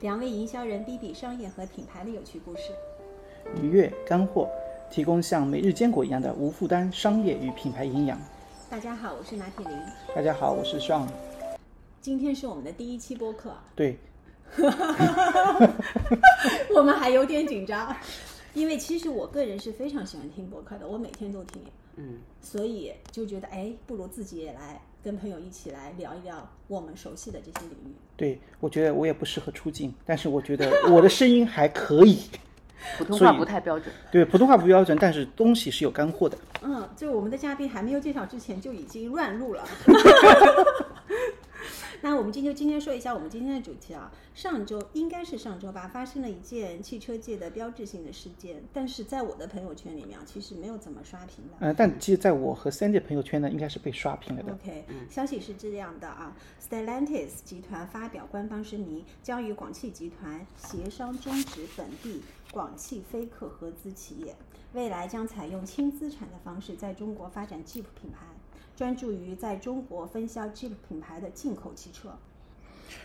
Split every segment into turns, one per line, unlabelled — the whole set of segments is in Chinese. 两位营销人比比商业和品牌的有趣故事。
愉悦干货，提供像每日坚果一样的无负担商业与品牌营养。
大家好，我是拿铁林，
大家好，我是 Sean。
今天是我们的第一期播客，
对，
我们还有点紧张，因为其实我个人是非常喜欢听播客的，我每天都听，
嗯，
所以就觉得哎，不如自己也来跟朋友一起来聊一聊我们熟悉的这些领域。
对，我觉得我也不适合出镜，但是我觉得我的声音还可以。
普通
所
话
以
不太标准。
对，普通话不标准，但是东西是有干货的。
嗯，就我们的嘉宾还没有介绍之前就已经乱入了。那我们今天今天说一下我们今天的主题啊。上周应该是上周吧，发生了一件汽车界的标志性的事件，但是在我的朋友圈里面啊，其实没有怎么刷屏的。
呃，但其实在我和 Sandy 朋友圈呢，应该是被刷屏了的。
OK，消息是这样的啊，Stellantis 集团发表官方声明，将与广汽集团协商终止本地广汽菲克合资企业，未来将采用轻资产的方式在中国发展 Jeep 品牌，专注于在中国分销 Jeep 品牌的进口汽车。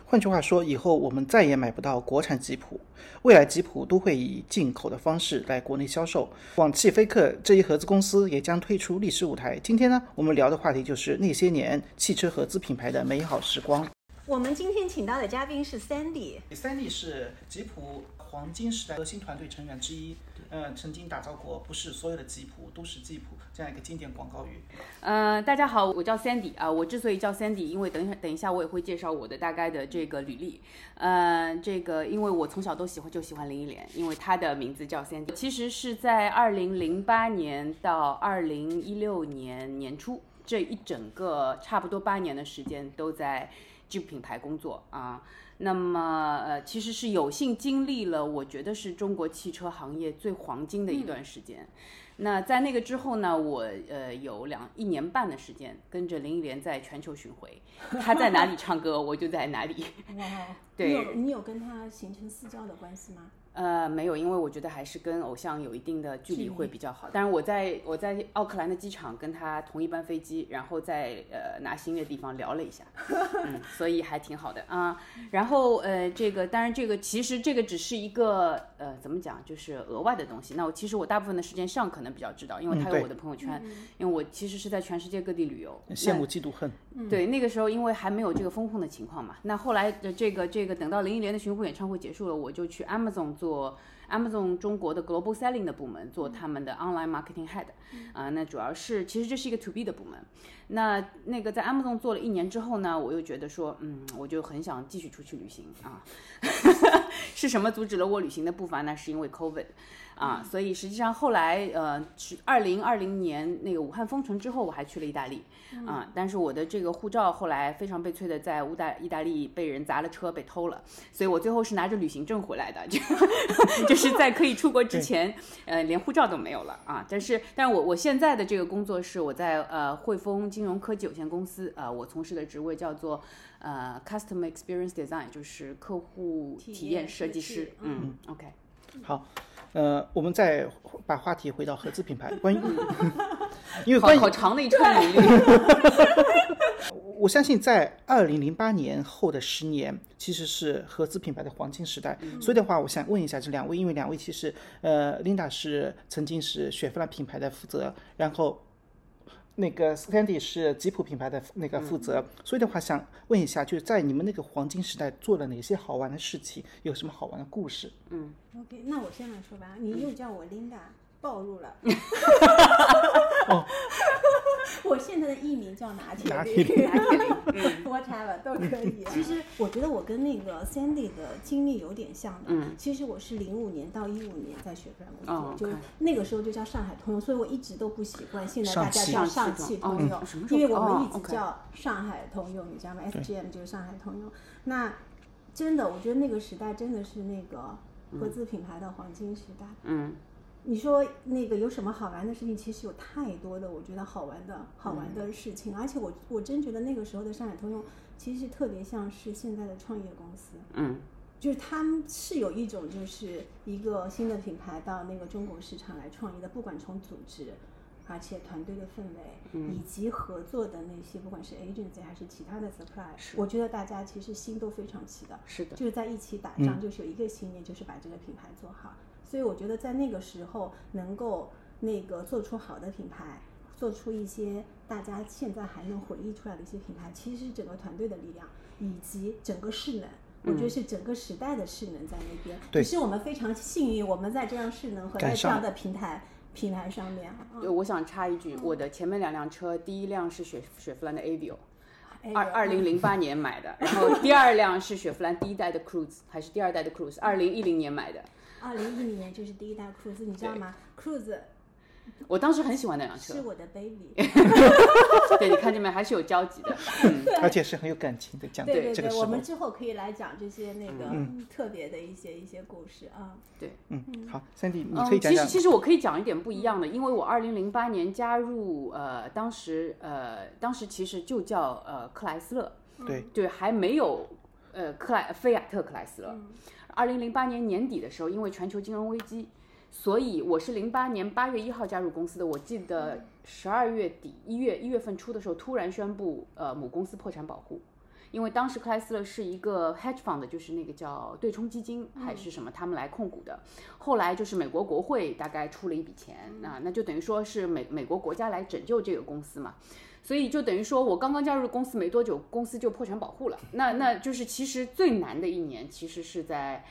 换句话说，以后我们再也买不到国产吉普，未来吉普都会以进口的方式来国内销售。广汽菲克这一合资公司也将退出历史舞台。今天呢，我们聊的话题就是那些年汽车合资品牌的美好时光。
我们今天请到的嘉宾是 Sandy，
三弟是吉普黄金时代核心团队成员之一，嗯、曾经打造过不是所有的吉普都是吉普这样一个经典广告语。
呃，大家好，我叫 Sandy 啊、我之所以叫 Sandy，因为等一下等一下我也会介绍我的大概的这个履历。呃，这个因为我从小都喜欢就喜欢林忆莲，因为她的名字叫 Sandy。其实是在二零零八年到二零一六年年初这一整个差不多八年的时间都在 Jeep 品牌工作啊。那么呃，其实是有幸经历了，我觉得是中国汽车行业最黄金的一段时间。那在那个之后呢，我呃有两一年半的时间跟着林忆莲在全球巡回，她在哪里唱歌我就在哪里。
哇，
对
你有你有跟他形成私交的关系吗？
呃，没有，因为我觉得还是跟偶像有一定的距
距离
离会比较好。当然，我在我在奥克兰的机场跟他同一班飞机，然后在呃拿行李的地方聊了一 下，嗯，所以还挺好的啊。然后呃，这个当然这个其实这个只是一个呃怎么讲，就是额外的东西。那我其实我大部分的时间上可能比较知道，因为
嗯
他
对
有我的朋友圈，因为我其实是在全世界各地旅游，那
羡慕嫉妒 恨，
对，那个时候因为还没有这个风控的情况嘛，那后来的这个这个等到林忆莲的巡回演唱会结束了，我就去 Amazon 做 Amazon 中国的 Global Selling 的部门做他们的 Online Marketing Head，啊、那主要是其实这是一个 To B 的部门。那那个在 Amazon 做了一年之后呢，我又觉得说，嗯，我就很想继续出去旅行啊。 是什么阻止了我旅行的步伐呢？是因为 COVID 啊，所以实际上后来呃，去二零二零年那个武汉封城之后，我还去了意大利啊，但是我的这个护照后来非常悲催的在乌大意大利被人砸了车被偷了，所以我最后是拿着旅行证回来的， 就就是在可以出国之前，呃，连护照都没有了啊。但是，但是我我现在的这个工作是我在呃汇丰金融科技有限公司啊、呃我从事的职位叫做呃 Customer Experience Design，就是客户体验设计
体验设
师
计。
嗯，OK，
好，呃，我们再把话题回到合资品牌， 关于，因为
好
关于
好长的一串 履历。
我相信在二零零八年后的十年，其实是合资品牌的黄金时代。所以的话，我想问一下这两位，因为两位其实，呃，Linda 是曾经是雪佛兰品牌的负责，然后那个 Sandy 是吉普品牌的那个负责。所以的话，想问一下，就是在你们那个黄金时代做了哪些好玩的事情，有什么好玩的故事？
OK，那我先来说吧。你又叫我 Linda，、暴露 了。 我现在的艺名叫拿铁
哦拿
林
铁林
拿铁林，whatever 都可以。其实我觉得我跟那个 Sandy 的经历有点像的。
嗯，
其实我是零五年到一五年在雪佛兰工作，
哦
就
OK
那个时候就叫上海通用，所以我一直都不习惯现在大家叫上
上
汽
汽
通用
哦什么，时
因
候
为我们
哦
一直
OK
叫上海通用，你知道吗？SGM 就是上海通用。那真的，我觉得那个时代真的是那个合资品牌的黄金时代。
嗯，
你说那个有什么好玩的事情？其实有太多的，我觉得好玩的好
嗯
玩的事情。而且我我真觉得那个时候的上海通用其实特别像是现在的创业公司，
嗯，
就是他们是有一种就是一个新的品牌到那个中国市场来创业的，不管从组织。而且团队的氛围，以及合作的那些，不管是 agency 还是其他的 supply，我觉得大家其实心都非常齐的，
是的，
就是在一起打仗，就是有一个信念，就是把这个品牌做好。所以我觉得在那个时候能够那个做出好的品牌，做出一些大家现在还能回忆出来的一些品牌，其实是整个团队的力量，以及整个势能。我觉得是整个时代的势能在那边，
对
也是我们非常幸运，我们在这样势能和在
赶
这
上
样的平台平台上面。啊
对，我想插一句，我的前面两辆车，第一辆是雪雪佛兰的 Avio，
哎
二二零零八年买的，然后第二辆是雪佛兰第一代的 Cruise，还是第二代的 Cruise，二零一零年买的。
二零一零年这是第一代 Cruise，你知道吗？Cruise
我当时很喜欢那辆车
是，我的 baby。
对，你看见没，还是有交集的。
而且是很有感情的讲
对对
这个
对，
时
我
候
们。之后可以来讲这些那个特别的一些一些故事啊。
嗯，好，Sandy，你
嗯，
可以讲
其实
讲。
其实我可以讲一点不一样的，因为我二零零八年加入呃，当时呃，当时其实就叫呃克莱斯勒，
对，
对，还没有呃克莱菲亚特克莱斯勒。二零零八年年底的时候，因为全球金融危机，所以我是零八年八月一号加入公司的。我记得十二月底一月一月份初的时候，突然宣布呃母公司破产保护。因为当时克莱斯勒是一个 hedge fund，就是那个叫对冲基金还是什么，他们来控股的。后来就是美国国会大概出了一笔钱，那那就等于说是美美国国家来拯救这个公司嘛。所以就等于说我刚刚加入公司没多久，公司就破产保护了。那那就是其实最难的一年，其实是在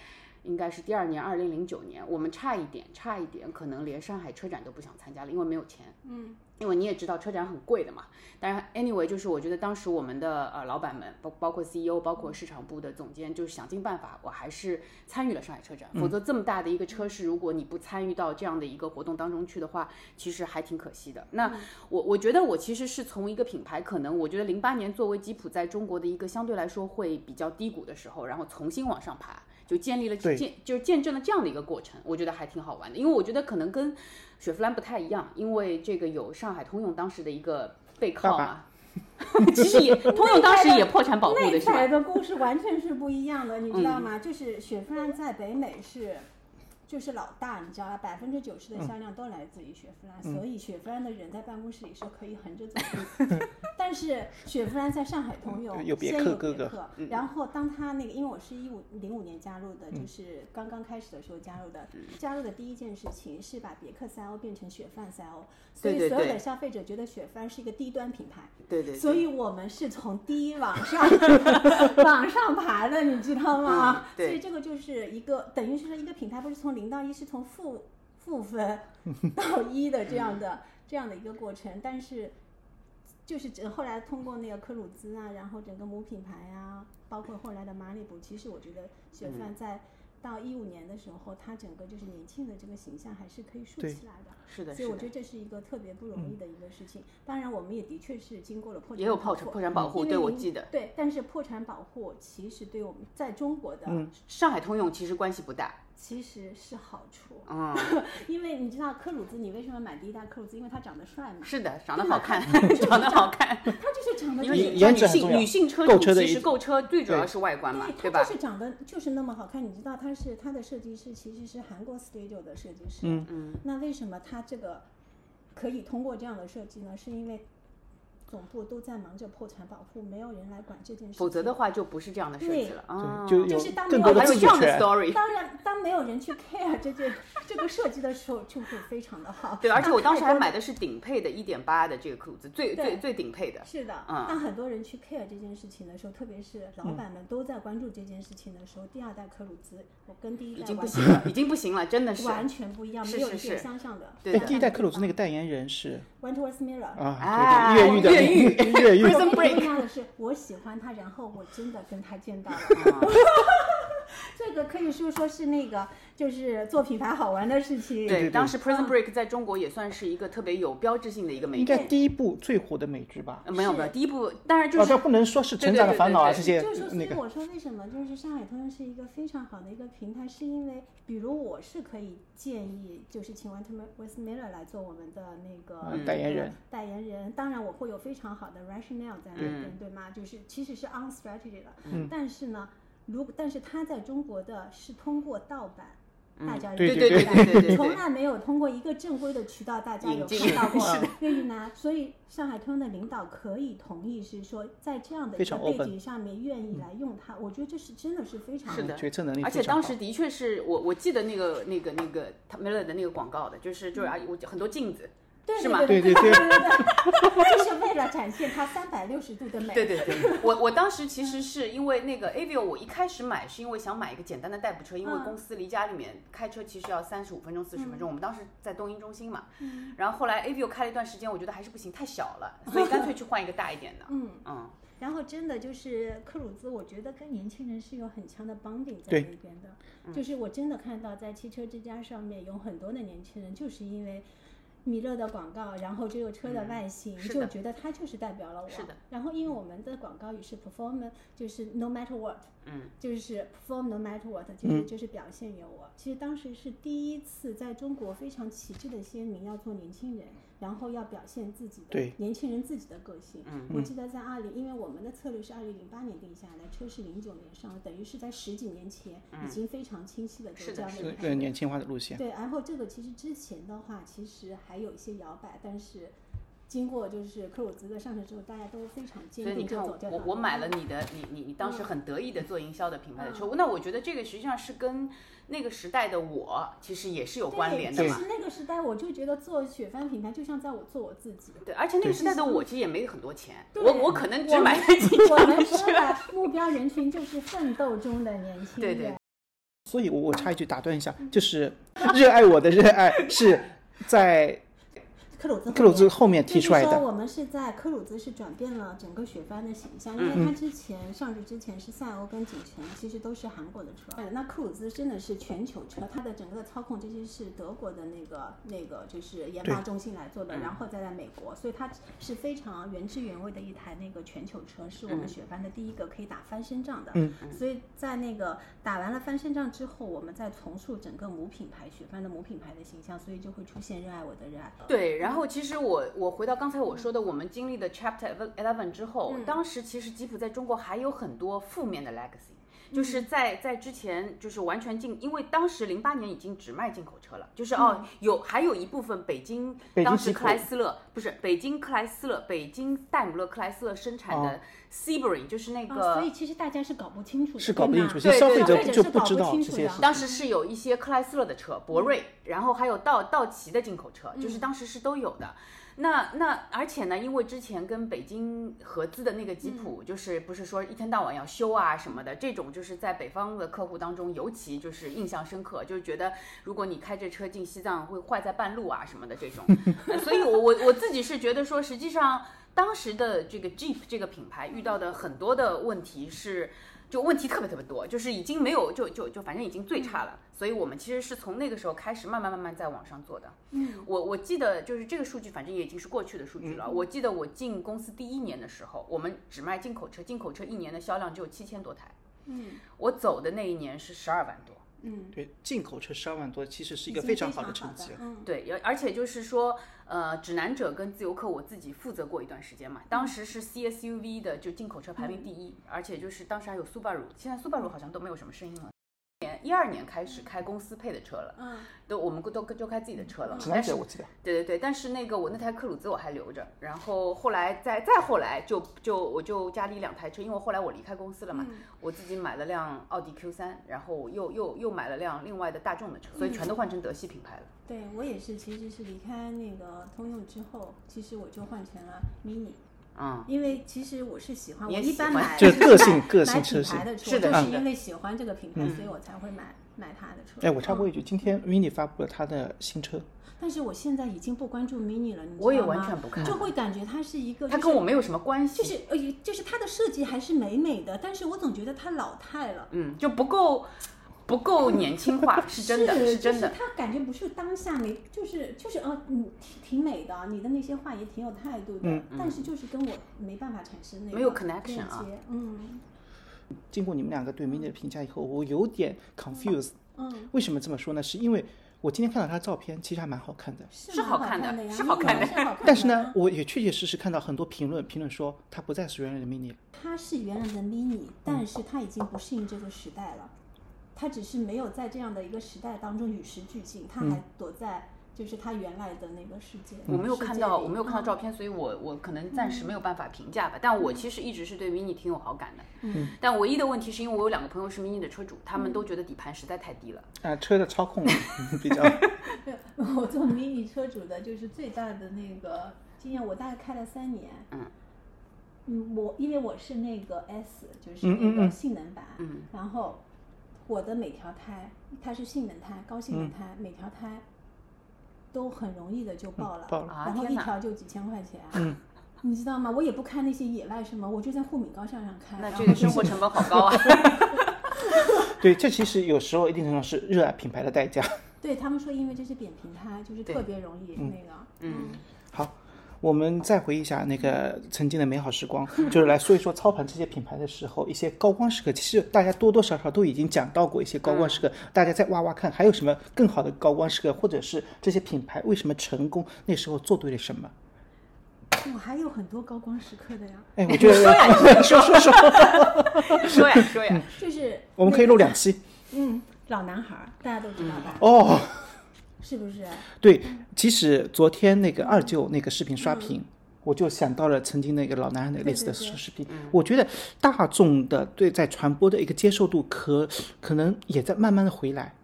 应该是第二年，二零零九年，我们差一点，差一点可能连上海车展都不想参加了，因为没有钱。嗯，因为你也知道车展很贵的嘛。但是 anyway，就是我觉得当时我们的呃老板们，包包括 CEO，包括市场部的总监，就是想尽办法，我还是参与了上海车展。
嗯
否则这么大的一个车市，如果你不参与到这样的一个活动当中去的话，其实还挺可惜的。
嗯
那我我觉得我其实是从一个品牌，可能我觉得零八年作为吉普在中国的一个相对来说会比较低谷的时候，然后重新往上爬，就建立了
对
见就见证了这样的一个过程，我觉得还挺好玩的。因为我觉得可能跟雪佛兰不太一样，因为这个有上海通用当时的一个背靠
爸
嘛。 其实也，通用当时也破产保 护
内
的是吧嗯
在？的故事完全是不一样的，你知道吗？就是雪佛兰在北美是。就是老大，你知道吧？百分之九十
嗯
的销量都来自于雪佛兰，所以雪佛兰的人在办公室里是可以横着走路的。 但是雪佛兰在上海通用
嗯有别
先
克
有
哥
别
哥嗯
克，然后当他那个，因为我是一五零五年加入的，就是刚刚开始的时候加入的。
嗯
加入的第一件事情是把别克三欧变成雪佛兰三欧，所以
对对
所有
对
的消费者觉得雪佛兰是一个低端品牌。
对对对
所以我们是从低往上 往上爬的，你知道吗
嗯？对
所以这个就是一个等于是说一个品牌不是从零到一，是从负负 分到一的这样
嗯
的、这样的一个过程，但是。就是整后来通过那个科鲁兹啊，然后整个母品牌啊，包括后来的马里布，其实我觉得雪佛
嗯
兰在到一五年的时候，它整个就是年轻的这个形象还是可以竖
对
起来的。
是的，
所以
是
我
的嗯
觉。得这是一个特别不容易的一个事情。当然，我们也的确是经过了破产保护，嗯
也有破产破产保护
因为
对我
您
记得
对，但是破产保护其实对我们在中国的
上海通用其实关系不大，
其实是好处，
嗯，
因为你知道科鲁兹，你为什么买第一代科鲁兹？因为它长得 帅嘛，
是的，长得好看， 长得好看，
它就是长得
因
就
为
是
你
颜
像女
值很重
性
要
女性车
购
主
车的
其
一
实购车最主要是外观嘛，对
对，它
吧
就？是长得就是那么好看。你知道它是它的设计师其实是韩国 studio 的设计师，嗯嗯，那为什么它这个可以通过这样的设计呢？是因为总部都在忙着破产保护，没有人来管这件事情。
否则的话就不是这样的设计了啊。
就
就
有
是当
更
没
多
有
的
还有
自
这
主
样的
权。
story，
当然，当没有人去 care 这件这个设计的时候，就会非常的好。
对，而且我当时
当
还
太多
买的是顶配的1.8的这个裤子，最
对
最最顶配的。
是的，
嗯
当很多人去 care 这件事情的时候，特别是老板们都在关注这件事情的时候，第二代科鲁兹，我跟第一代
已经不
完
行了，已经不行了，真的是。
完全不一样，
是
没有
是
一点
是
相像的。
对
哎，
的
第一代克鲁兹那个代言人是
Wentworth Miller，
啊，
啊
对对，越狱的越 狱，
Prison
我跟你
Break
不一样的是，我喜欢他，然后我真的跟他见到了。 这个可以说说是那个，就是做品牌好玩的事情。
对，
对
当时
嗯
Prison Break 在中国也算是一个特别有标志性的一个美
应
剧
该。第一部最火的美剧吧？
呃没有
是
没有，第一部当然就
哦，
是
这不能说是《成长的烦恼》啊，这
对
些
就是说，所
那
以
个
我说为什么就是上海通用是一个非常好的一个平台，是因为比如我是可以建议就是请 w e s t Miller 来做我们的那个、
嗯代言人，
代言人，当然我会有非常好的 rationale 在那边，
嗯
对吗？就是其实是 on strategy 的，但是呢，如但是他在中国的是通过盗版。大家
嗯对
有
对
看
对
到
对对对对
从来没有通过一个正规的渠道大家有
引进
看到过
是的
越狱呢。所以上海通的领导可以同意是说，在这样的
非
一个
常
背
open
景上面愿
嗯
意来用它，我觉得这是真的是非常
是的
决策能力
而
非
且
常
当
好
时的确是我我记得那个那个那个 m i l l e r 的那个广告的，就是就是啊，
嗯
我很多镜子，
对
是吗
对
对
对
对
对对， 就是为了展现它三百六十度的美。
对对对，我我当时其实是因为那个 Avio，我一开始买是因为想买一个简单的代步车，因为
嗯
公司离家里面开车其实要三十五分钟、四十分钟。我们当时在东英中心嘛，
嗯
然后后来 Avio 开了一段时间，我觉得还是不行，太小了，所以干脆去换一个大一点的。
嗯，
嗯，
然后真的就是克鲁兹，我觉得跟年轻人是有很强的 bonding 在
对
那边
嗯
的。就是我真的看到在汽车之家上面有很多的年轻人，就是因为米勒的广告，然后这个车的外形，
嗯是
就
的
觉得它就是代表了我。
是的。
然后因为我们的广告语是 perform，就是 no matter what，
嗯，
就是 perform no matter what，就是就是表现有我。其实当时是第一次在中国非常旗帜的鲜明要做年轻人，然后要表现自己的
对嗯
年轻人自己的个性。
嗯
我记得在二零，因为我们的策略是二零零八年定下来，车是零九年上的，等于是在十几年前已经非常清晰的有
嗯是的
这样的
是
一个
是呃年轻化的路线。
对，然后这个其实之前的话，其实还有一些摇摆，但是经过就是克鲁兹的上市之后，大家都非常
所以
坚
你
定就
看，
走
我
这条
我
路。
我买了你的，你你你当时很得意的做营销的品牌的车，
嗯
那我觉得这个实际上是跟那个时代的我其实也是有关联的
对，
嘛
其。实那个时代，我就觉得做雪帆品牌就像在我做我自 己。
对，而且那个时代的我其实也没很多钱，
对
我我可能只
我
买
们
得起
我
这
们
辆
说
车。
的目标人群就是奋斗中的年轻
啊对
人。
对
所以我，
嗯
我插一句打断一下，就是 热爱我的热爱是在
克鲁兹
克鲁兹
后
后面
面
提出来
就是说
的。
我们是在克鲁兹是转变了整个雪帆的形象，
嗯
因为它之前上市之前是赛欧跟景程，其实都是韩国的车。对，哎那克鲁兹真的是全球车，它的整个的操控这些是德国的那个那个就是研发
对
中心来做的，然后再在美国，所以它是非常原汁原味的一台那个全球车，是我们雪帆的第一个可以打翻身仗的。
嗯，
所以在那个打完了翻身仗之后，我们再重塑整个母品牌雪帆的母品牌的形象，所以就会出现热爱我的热爱。
对，然后其实我我回到刚才
嗯
我说的，我们经历的 Chapter Eleven 之后，当时其实吉普在中国还有很多负面的 legacy。就是
嗯
在在之前，就是完全进，因为当时零八年已经只卖进口车了，
嗯
就是哦，有还有一部分北京
北京
当时
吉普
克莱斯勒不是北京克莱斯勒，北京戴姆勒克莱斯勒生产的 Sebring，、就是那
啊，
个
哦所以其实大家是搞不清楚的，
呃是搞不清楚
对
其实
吧
消费
对
者
对
就
对
不
是
知
搞
道
清
这
楚
些
的
事情
当时是有一些克莱斯勒的车，博瑞，然后还有道道奇的进口车，就是当时是都有的。那那而且呢，因为之前跟北京合资的那个吉普，就是不是说一天到晚要修啊什么的，这种就是在北方的客户当中，尤其就是印象深刻，就是觉得如果你开这车进西藏会坏在半路啊什么的这种。呃所以我我我自己是觉得说，实际上当时的这个 Jeep 这个品牌遇到的很多的问题是。就问题特别特别多，就是已经没有就就就反正已经最差了，所以我们其实是从那个时候开始慢慢慢慢在往上做的。嗯，我我记得就是这个数据，反正也已经是过去的数据了。我记得我进公司第一年的时候，我们只卖进口车，进口车一年的销量只有七千多台。
嗯
我走的那一年是十二万多。
嗯，
对，进口车三万多其实是一个
已经
非
非
常好的成绩。啊
嗯，
对，而而且就是说，呃，指南者跟自由客我自己负责过一段时间嘛，
嗯
当时是 CSUV 的就进口车排名第一，而且就是当时还有苏巴鲁，现在苏巴鲁好像都没有什么声音了。年一二年开始开公司配的车了，
嗯，
都我们都都开自己的车了，
指南
但是
者我记得，
对对对，但是那个我那台克鲁兹我还留着，然后后来再再后来就就我就家里两台车，因为后来我离开公司了嘛，
嗯
我自己买了辆奥迪 Q 三，然后又又又买了辆另外的大众的车，所以
嗯
全都换成德系品牌了。
对我也是，其实是离开那个通用之后，其实我就换成了 mini，
啊
嗯，
因为其实我是喜欢，
你
我
也
一
喜
般
欢
买
就
买
个性个
买
性车
品
型嗯
牌的车，
是的
就是
是的
因为喜欢这个品牌，所以我才会买买它的车。
哎，我插播
嗯
一句，今天 MINI 发布了它的新车，
但是我现在已经不关注 mini 了，你知道吗？
我也完全不看
就会感觉它是一个，
它
就是
跟我没有什么关系，
就是呃，就是它的设计还是美美的，但是我总觉得它老态了。
嗯，就不够不够年轻化，是真的，是真 的
就。是、他感觉不是当下没，就是就是哦，嗯，挺挺美的，你的那些话也挺有态度的，但是就是跟我没办法产生那个
嗯没有 connection
链
啊
接，嗯
经过你们两个对 MINI 的评价以后，我有点 confused，
嗯，
为什么这么说呢？是因为我今天看到它的照片，其实还蛮好看的。
是
是
蛮
好
看
看的
呀，嗯
是好看的
是好看的。
但是呢，，我也确确实实看到很多评论，评论说它不再是原来的 MINI 了。
它是原来的 mini，但是它已经不适应这个时代了。他只是没有在这样的一个时代当中与时俱进，他还躲在就是他原来的那个世界。
我没有
世
看
界
到，
里
我没有看到
嗯
照片，所以我我可能暂时没有办法评价吧。但我其实一直是对 Mini 挺有好感的，嗯。但唯一的问题是因为我有两个朋友是 Mini 的车主，他
嗯
们都觉得底盘实在太低了。
啊、车的操控比 较
我做迷你车主的就是最大的那个经验，我大概开了三年。
嗯。
嗯，我因为我是那个 S，就是
嗯
那
嗯
个
嗯
性能版，
嗯
然后我的每条胎它是性能胎、高性能
嗯
胎，每条胎都很容易的就爆了，
爆了
啊
然后
天
一
哪
条就几千块钱，
嗯
你知道吗？我也不开那些野外什么，我就在沪闵高上上开，
那
然
这
后
个生活成本好 高啊！
对。这其实有时候一定程度上是热爱品牌的代价。
对他们说，因为这是扁平胎，就是
对
特别容易那个，
嗯，
好，我们再回忆一下那个曾经的美好时光，就是来说一说操盘这些品牌的时候，一些高光时刻。其实大家多多少少都已经讲到过一些高光时刻，大家再挖挖看，还有什么更好的高光时刻，或者是这些品牌为什么成功，那时候做对了什么？
我还有很多高光时刻的呀，
哎，我觉得 说说说，
说呀说
嗯
呀，
就是
我们可以录两期
嗯，老男孩儿大家都知道吧？
哦。
是不是？
对，其实昨天那个二舅那个视频刷屏，我就想到了曾经那个老男孩那个类似的
对对对
视频。我觉得大众的对在传播的一个接受度可可能也在慢慢的回来。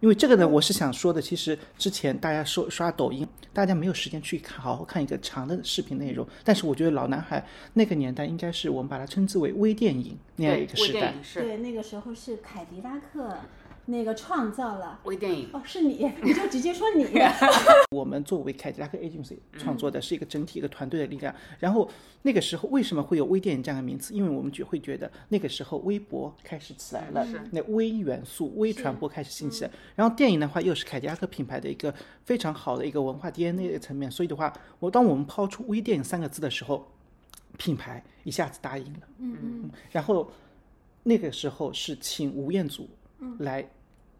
因为这个呢，我是想说的，其实之前大家说刷抖音，大家没有时间去看好好看一个长的视频内容。但是我觉得《老男孩》那个年代，应该是我们把它称之为微电影那样一
对，
个
微
时代
电。影嗯是
对，那个时候是凯迪拉克那个创造了。
微电影，
哦，是你，你就直接说 你。
我们作为凯迪拉克 agency
嗯
创作的是一个整体一个团队的力量。然后那个时候为什么会有微电影这样的名词？因为我们就会觉得那个时候微博开始起来了
嗯是，嗯
那微元素、微传播开始兴起来。然后电影的话，又是凯迪拉克品牌的一个非常好的一个文化 DNA 的层面。所以的话，我当我们抛出微电影三个字的时候，品牌一下子答应了。
嗯嗯，
然后那个时候是请吴彦祖
嗯
来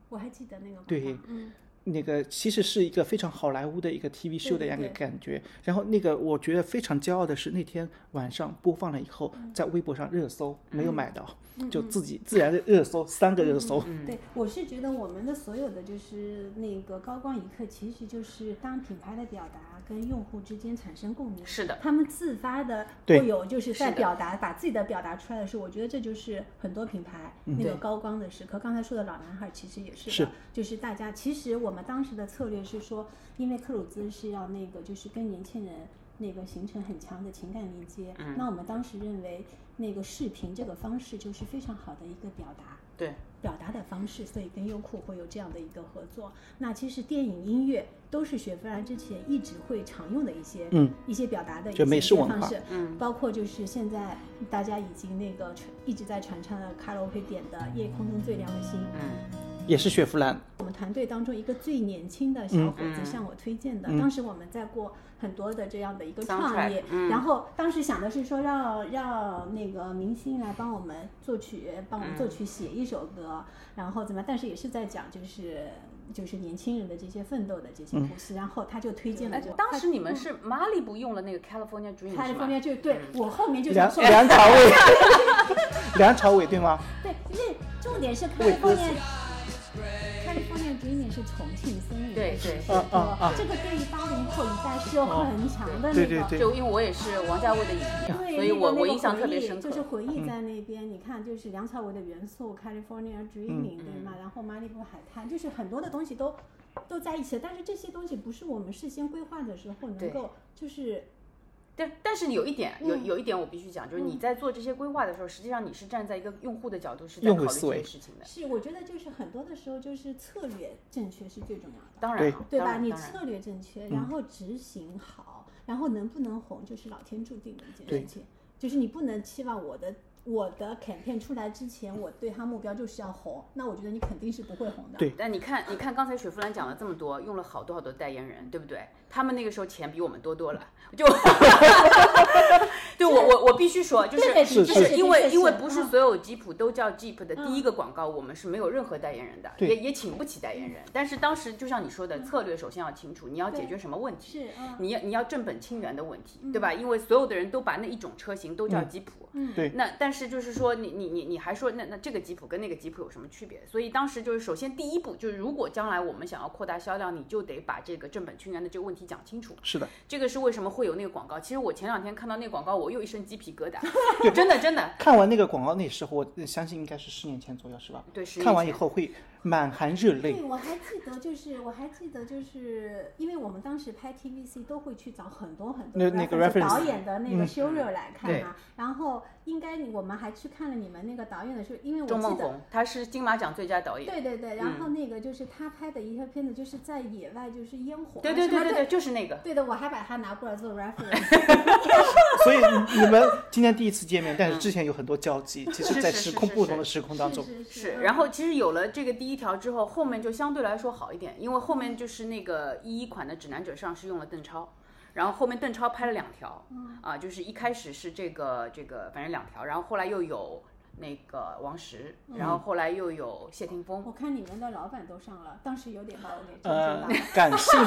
我还记得那个广告。
对
嗯，
那个其实是一个非常好莱坞的一个 TV
对
show 的
对
样一个
对
感觉。然后那个我觉得非常骄傲的是，那天晚上播放了以后，在微博上热搜没有买到，就自己自然的热搜三个热搜。
嗯
对，我是觉得我们的所有的就是那个高光一刻，其实就是当品牌的表达跟用户之间产生共鸣。
是的，
他们自发的
对
会有，就是在
是的
表达把自己的表达出来的时候，我觉得这就是很多品牌那个
对
高光的时刻。刚才说的老男孩其实也是的，
嗯是
就是大家其实我们当时的策略是说，因为克鲁兹是要那个就是跟年轻人。那个形成很强的情感连接，
嗯
那我们当时认为那个视频这个方式就是非常好的一个表达，
对，
表达的方式，所以跟优酷会有这样的一个合作。那其实电影、音乐都是雪佛兰之前一直会常用的一些
嗯
一些表达的一
就
些
美式文化
方式，
嗯
包括就是现在大家已经那个传一直在传唱的卡拉 OK 点的《夜空中最亮的星》。
嗯
也是雪佛兰，
我们团队当中一个最年轻的小伙子
嗯
向我推荐的，
嗯
当时我们在过很多的这样的一个
Soundtrack，
创业，
嗯
然后当时想的是说让让那个明星来帮我们作曲，帮我们
嗯
作曲写一首歌，然后怎么样，但是也是在讲就是就是年轻人的这些奋斗的这些
嗯
故事，然后他就嗯推荐了
哎
我，
当时你们是马里不用了那个 California Dream
他的
是嗯吗
封？面就对我后面就
梁
想说，
梁朝伟，梁朝伟对吗？
对，就是重点是
为歌
California。California Dreaming 是重庆森林，
对对
这个
啊啊啊哦
这个对于八零后一代是有很强的那个，
对对对
就因为我也是王家卫的影迷，
对
所以我
那个
我
那个
印象
回
特别
忆
深刻。
就是回
嗯
忆在那边，你看就是梁朝伟的元素，California
嗯
Dreaming 对吗？然后马里布海滩，就是很多的东西都都在一起，但是这些东西不是我们事先规划的时候能
对
够就是
但但是有一点，有
嗯
有一点我必须讲，就是你在做这些规划的时候，实际上你是站在一个用户的角度，是在
用
考
户
虑
思
这
维
件事情的。
是我觉得就是很多的时候就是策略正确是最重要的。
当然
对
了，
对
当
吧？
然
你
当然
策略正确，然后执行好，然后能不能红，就是老天注定的一件
对
事情。就是你不能期望我的我的 campaign 出来之前，我对他目标就是要红，那我觉得你肯定是不会红的。
对
但你看，你看刚才雪佛兰讲了这么多，用了好多好多代言人，对不对？他们那个时候钱比我们多多了，就， 对我我我必须说，就
对对是
是就是是因为
是是
因为不是
嗯
所有吉普都叫吉普的第一个广告，我们是没有任何代言人的，
对
也也请不起代言
嗯
人。但是当时就像你说的，策略首先要清楚，你要解决什么问题，
是，嗯，嗯
你要你要正本清源的问题，对吧？因为所有的人都把那一种车型都叫吉普，嗯，
对。
那但是就是说，你你你你还说，那那这个吉普跟那个吉普有什么区别？所以当时就是，首先第一步
嗯
就是，如果将来我们想要扩大销量，你就得把这个正本清源的这个问题讲清楚。
是的，
这个是为什么会有那个广告？其实我前两天看到那个广告，我又一身鸡皮 疙瘩，真的真的。
看完那个广告那时候，我呃相信应该是十年前左右，是吧？
对，是
看完以后会满含热泪
对，。我还记得，就是我还记得，就是因为我们当时拍 TVC 都会去找很多很多
那那个
reference，导
reference
演的那个 serial 来看
对
嘛。然后应该你我们还去看了你们那个导演的书，因为我
钟
记
梦
得。
红，他是金马奖最佳导演。
对对对，然后
嗯
那个就是他拍的一些片子，就是在野外，就是烟火。
对对
是吗
对对对，就是那个。
对的，我还把它拿过来 做 reference。
所以你你们今天第一次见面，但是之前有很多交集，其实在
是是
时
是
空
是
不同的时空当中，
是是是嗯
是，然后其实有了这个第一条之后，后面就相对来说好一点，因为后面就是那个一一款的指南者上是用了邓超，然后后面邓超拍了两条，
嗯
啊，就是一开始是这个这个反正两条，然后后来又有那个王石，
嗯
然后后来又有谢霆锋，
我看你们的老板都上了，当时有点把我给震惊
呃
到。，
感性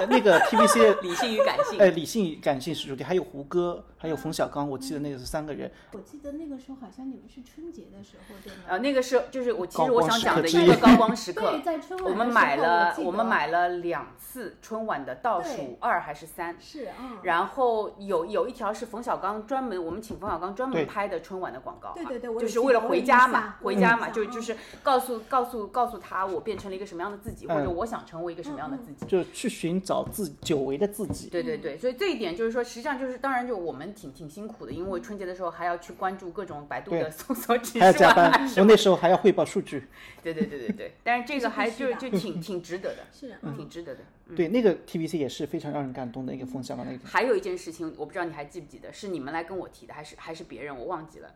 呃那个 TVC
嗯
理性与感 性，
呃，理性与感性是主题，还有胡歌，还有冯小刚，我记得那个是三个人。
我记得那个时候好像你们是春节的时候，对吗？
呃，那个是就是我其实
高
我
光
想
时
讲
刻
的
之
一个
一
高光时 刻，
对，在春晚
我们
的时
买
候
了
我记
我们
得
买了两次春晚的倒
对
数二还是三，
是啊，嗯
然后有有一条是冯小刚专门，我们请冯小刚专
对
门拍的春晚的广告、啊，
对对对我有
就是
记
为了
得我
回
有
家
印象
嘛，回
我有
家
印
嘛，
象
就
嗯
就是告诉告诉告诉他我变成了一个什么样的自己，或者
嗯
我想成为一个什么样的自己。
就去寻找自久违的自
嗯
己。
对对对，所以这一点就是说，实际上就是，当然就我们挺挺辛苦的，因为春节的时候还要去关注各种百度
对
的搜索指
还要
数
加
啊。
班，我那时候还要汇报数据。
对对对对对，但是这个 还就就挺挺值得的，
是嗯
挺值得的。
对，那个 TVC 也是非常让人感动的一个冯小刚那个。
还有一件事情，我不知道你还记不记得，是你们来跟我提的，还是还是别人，我忘记了。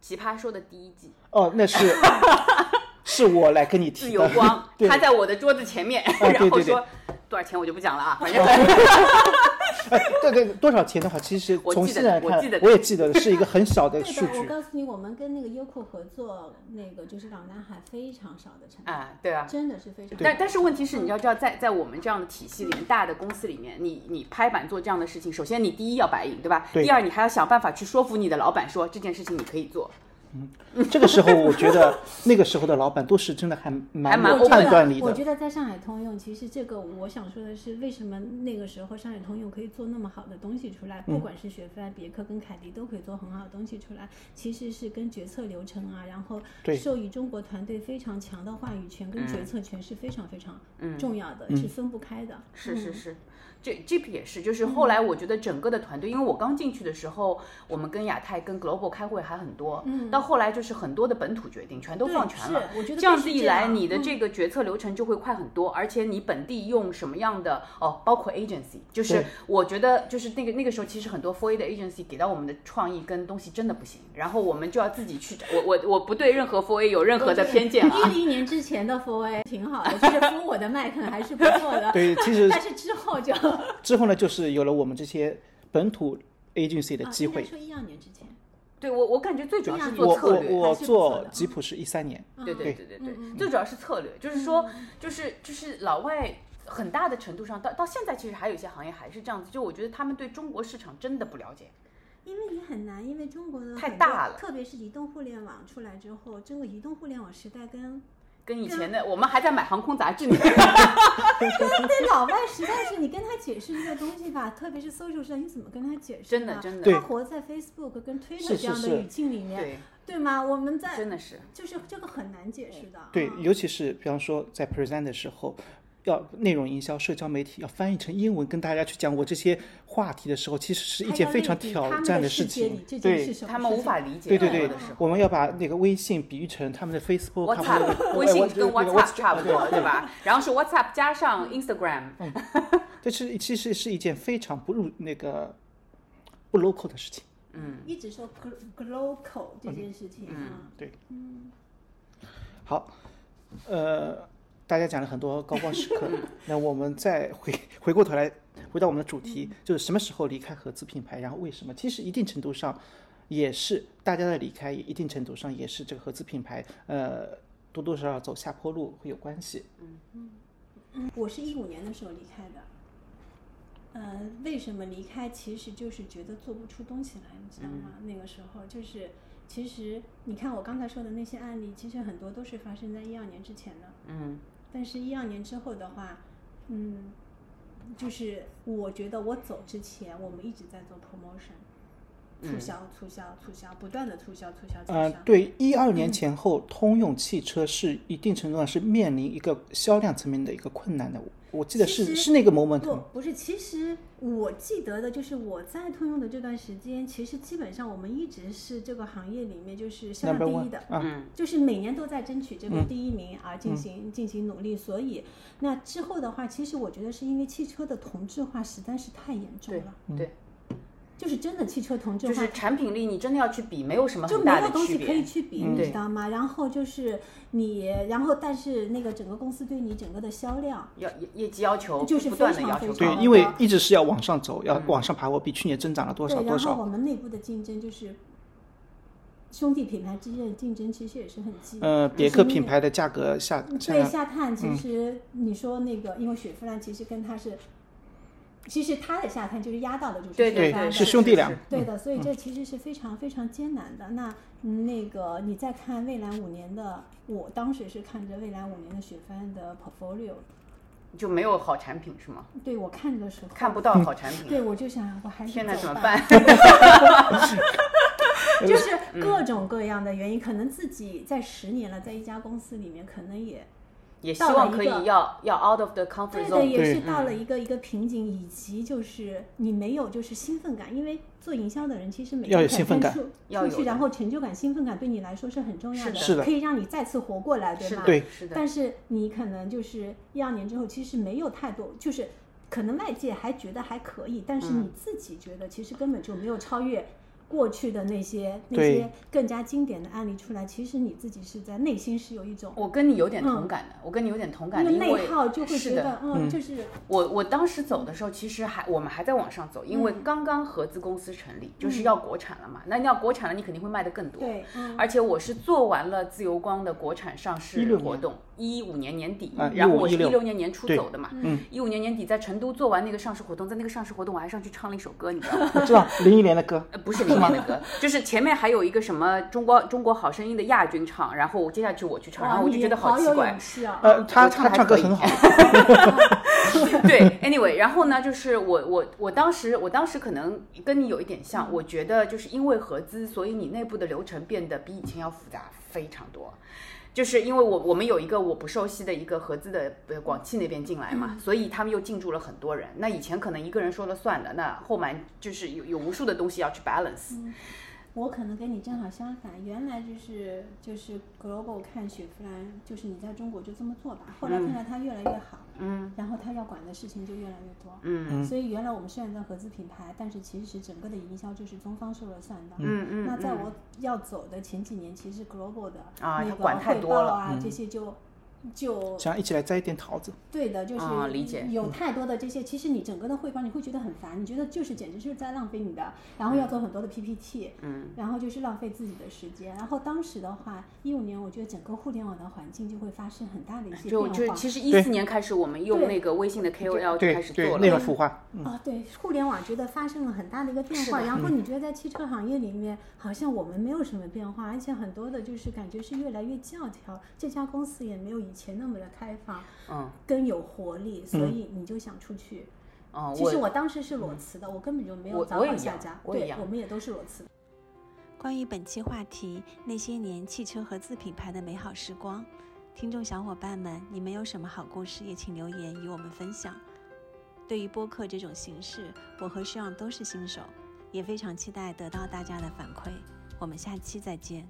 奇葩说的第一季，
哦，那 是是我来跟你
自
提
由
的。，
光
对啊
他在我的桌子前面，
对
然后
对对
说多少钱我就不讲了啊， 反正
哎，对对，多少钱的话，其实
我
从
记得
现在
我
看
记得，
我也记得是一个很小的
对
数
的，我
据。
告诉你，我们跟那个优酷合作，那个就是老男孩非常少的成本，
啊，对啊。
真的是非常少。
但但是问题是，你要知道，在在我们这样的体系里面，大的公司里面，你你拍板做这样的事情，首先你第一要白银，对吧？
对
第二，你还要想办法去说服你的老板说这件事情你可以做，
这个时候，我觉得那个时候的老板都是真的还
还
蛮
蛮
有
open
判断力
我
的。
觉得在上海通用，其实这个我想说的是，为什么那个时候上海通用可以做那么好的东西出来？
嗯
不管是雪佛兰、别克跟凯迪都可以做很好的东西出来，其实是跟决策流程啊，然后
对
授予中国团队非常强的话语权跟
嗯
决策权是非常非常重要的，
嗯
是分不开的。嗯
是是是，这 Jeep 也是，就是后来我觉得整个的团队，因为我刚进去的时候，我们跟亚太、跟 Global 开会还很多，嗯，到后来就是很多的本土决定全都
对
放权了
是，我觉得
这样
必须
子一
这
来，
样
你的
嗯
这个决策流程就会快很多，而且你本地用什么样的哦，包括 agency，就是
对，
我觉得就是那个那个时候，其实很多 f o r A 的 agency 给到我们的创意跟东西真的不行，然后我们就要自己去找，我我我不对任何 f o r A 有任何的偏见啊，
一零年之前的 f o a 挺好的，就是敷我的麦肯还是不错的
对，其实
但是之后就
之后呢，就是有了我们这些本土 agency 的
啊
机
应该
会。
说一二年之前，
对我我感觉最主要是
一样
做
我
策
我
略。
我
还是不错
做
的
吉普是一三年，
对
嗯
对对对对，最主要是策略，就是说，就是就是老外很大的程度上，到到现在其实还有一些行业还是这样子，就我觉得他们对中国市场真的不了解。
因为你很难，因为中国的
太
很多
大了
特别是移动互联网出来之后，这个移动互联网时代 跟
跟以前
嗯
的我们还在买航空杂志呢，
对老外实在是你跟他解释这个东西吧，特别是 social 上，你怎么跟他解释
真
呢？
的真的
对
他活在 Facebook 跟
是
Twitter
是
这样
是
的语境里面，
对，
对吗？我们在
真的是
就是这个很难解释的，
对
啊，
尤其是比方说在 present 的时候，要内容营销、社交媒体要翻译成英文跟大家去讲我这些话题的时候，其实是一
还
件
要
非
类
常
比
挑
他们
战
的
事
界
情
里这。件
对
是，什么
他们
事
无
情
法理解，
对对
很
对
多的时，候。
我们要把那个微信比喻成他们的 Facebook，他们的
WhatsApp
呃
微信
我
跟
那个
WhatsApp 差不多，
对
对吧？然后是 WhatsApp 加上 Instagram，
这是其实是一件非常不入那个不 local 的事情。
嗯
一直说 glo- global 这件事情啊，
对，嗯，好，呃，大家讲了很多高光时 刻，那我们再回回过头来，回到我们的主
嗯
题，就是什么时候离开合资品牌，然后为什么？其实一定程度上也是大家的离开，也一定程度上也是这个合资品牌，呃，多多少少走下坡路会有关系。
嗯我是一五年的时候离开的，呃，为什么离开？其实就是觉得做不出东西来，你知道吗？那个时候就是，其实你看我刚才说的那些案例，其实很多都是发生在一二年之前的。
嗯
但是，一二年之后的话，嗯，就是我觉得我走之前，我们一直在做 promotion，促销、促销、促销，不断的促销、促销、促销。
呃，对，一二
嗯
年前后，通用汽车是一定程度上是面临一个销量层面的一个困难的。我我记得
其
是
实
是那个 moment
不，不是，其实我记得的就是我在通用的这段时间，其实基本上我们一直是这个行业里面就是销
number
量第
one
一的。
啊，嗯
嗯
就是每年都在争取这个第一名而进行、进行努力，所以那之后的话，其实我觉得是因为汽车的同质化实在是太严重了，
对，
就是真的汽车同质
就
化
是产品力，你真的要去比，没有什么
就
很
没
大
有
的
东西
区
可以
别。
去比，
嗯
你知道吗？然后就是你，然后但是那个整个公司对你整个的销量，
要业业绩要求
就是
不断的嗯
非常
要求
非
对
常，
高，
因为一直是要往上走，要往上爬。我比去年增长了多少
对，
多
然后
少
我。们内部的竞争就是兄弟品牌之间的竞争，其实也是很激烈。
呃，别克品啊嗯牌的价格下下
对
降，
下探，其实你说那个，因为雪佛兰其实跟它是，其实它的下探就是压到的就是
对
雪
对
佛兰
对
的
是兄弟俩
是。
对的，
嗯
所以这其实是非常非常艰难的。那嗯那个你再看未来五年的，我当时是看着未来五年的雪佛兰的 portfolio，
就没有好产品是吗？
对我看的时候，
看不到好产品，
对我就想我还是
天哪，
走
怎么
吧
办？
就是各种各样的原因，可能自己在十年了，在一家公司里面，可能也
也希
到了
望
一
可以
个
要要 out of the 嗯 comfort
对的，
zone，
也是到了一个一个瓶颈，以及就是你没有就是兴奋感，因为做营销的人其实每
要有
天
兴奋感
出
要
出
有
去，
的
然后成就感、兴奋感对你来说是很重要
是
的，
的
是的
可以让你再次活过来，对
是
吗？
的，
对
是的，
但是你可能就是一二年之后，其实没有太多，就是可能外界还觉得还可以，但是
嗯
你自己觉得其实根本就没有超越过去的那些那
对
些更加经典的案例出来。其实你自己是在内心是有一种
我跟你有点同感的，我跟你有点同感
那
的，
个
因
内
为
耗，就会
是
觉
的。
得嗯，就是
我我当时走的时候，其实还我们还在往上走，因为
嗯
刚刚合资公司成立，就是要国产了嘛。那你要国产了，你肯定会卖得更多。
对，嗯。
而且我是做完了自由光的国产上市
16年
活动，一五年年底，
啊
然后我
15
是一
16
六年年初
对
走的嘛，
嗯
一五年年底在成都做完那个上市活动，在那个上市活动我还上去唱了一首歌，你知道吗？
我知道零一年的歌，
呃，不是林忆的歌，就是前面还有一个什么中国中国好声音的亚军唱，然后我接下去我去唱，然后我就觉得
好
奇
有
怪
勇。气啊！
呃，他
我唱
他
还
唱歌
可以
很好，
对，anyway，然后呢，就是我我我当时我当时可能跟你有一点像，我觉得就是因为合资，所以你内部的流程变得比以前要复杂非常多。就是因为我我们有一个我不熟悉的一个合资的呃广汽那边进来
嗯
嘛，所以他们又进驻了很多人。那以前可能一个人说了算的，那后面就是有有无数的东西要去 balance。
我可能跟你正好相反，原来就是就是 Global 看雪佛兰，就是你在中国就这么做吧。后
嗯
来看到它越来越好，嗯，然后它要管的事情就越来越多，嗯，所以原来我们虽然在合资品牌，但是其实整个的营销就是中方说了算的，嗯
嗯
那在我要走的前几年，其实 Global 的
啊
那
它
个
管太
汇
多
报
了嗯
啊这些就就
哦
想一起来摘一点桃子。
对的，就是
啊理解
有太多的这些，其实你整个的汇报你会觉得很烦，你觉得就是简直是在浪费你的，然后
嗯
要做很多的 PPT，嗯，然后就是浪费自己的时间。然后当时的话，一五年我觉得整个互联网的环境就会发生很大的一些
就就
变
是
化。
其实一四年开始，我们用那个微信的 KOL 哦就开
对
始
对
做，
内
了。
容孵化，
啊，对，互联网觉得发生了很大的一个变
是
化，
的嗯
然后你觉得在汽车行业里面，好像我们没有什么变化，而且很多的就是感觉是越来越教条，这家公司也没有以前那么的开放，
嗯，
更有活力，所以你就想出去。
嗯，
其实我当时是裸辞的，我根本就没有
我
早
我也
晚
一
下
样
家，
我也一
对
样，
我们也都是裸辞。
关于本期话题“那些年汽车合资品牌的美好时光”，听众小伙伴们，你们有什么好故事，也请留言与我们分享。对于播客这种形式，我和 s h a n 都是新手，也非常期待得到大家的反馈。我们下期再见。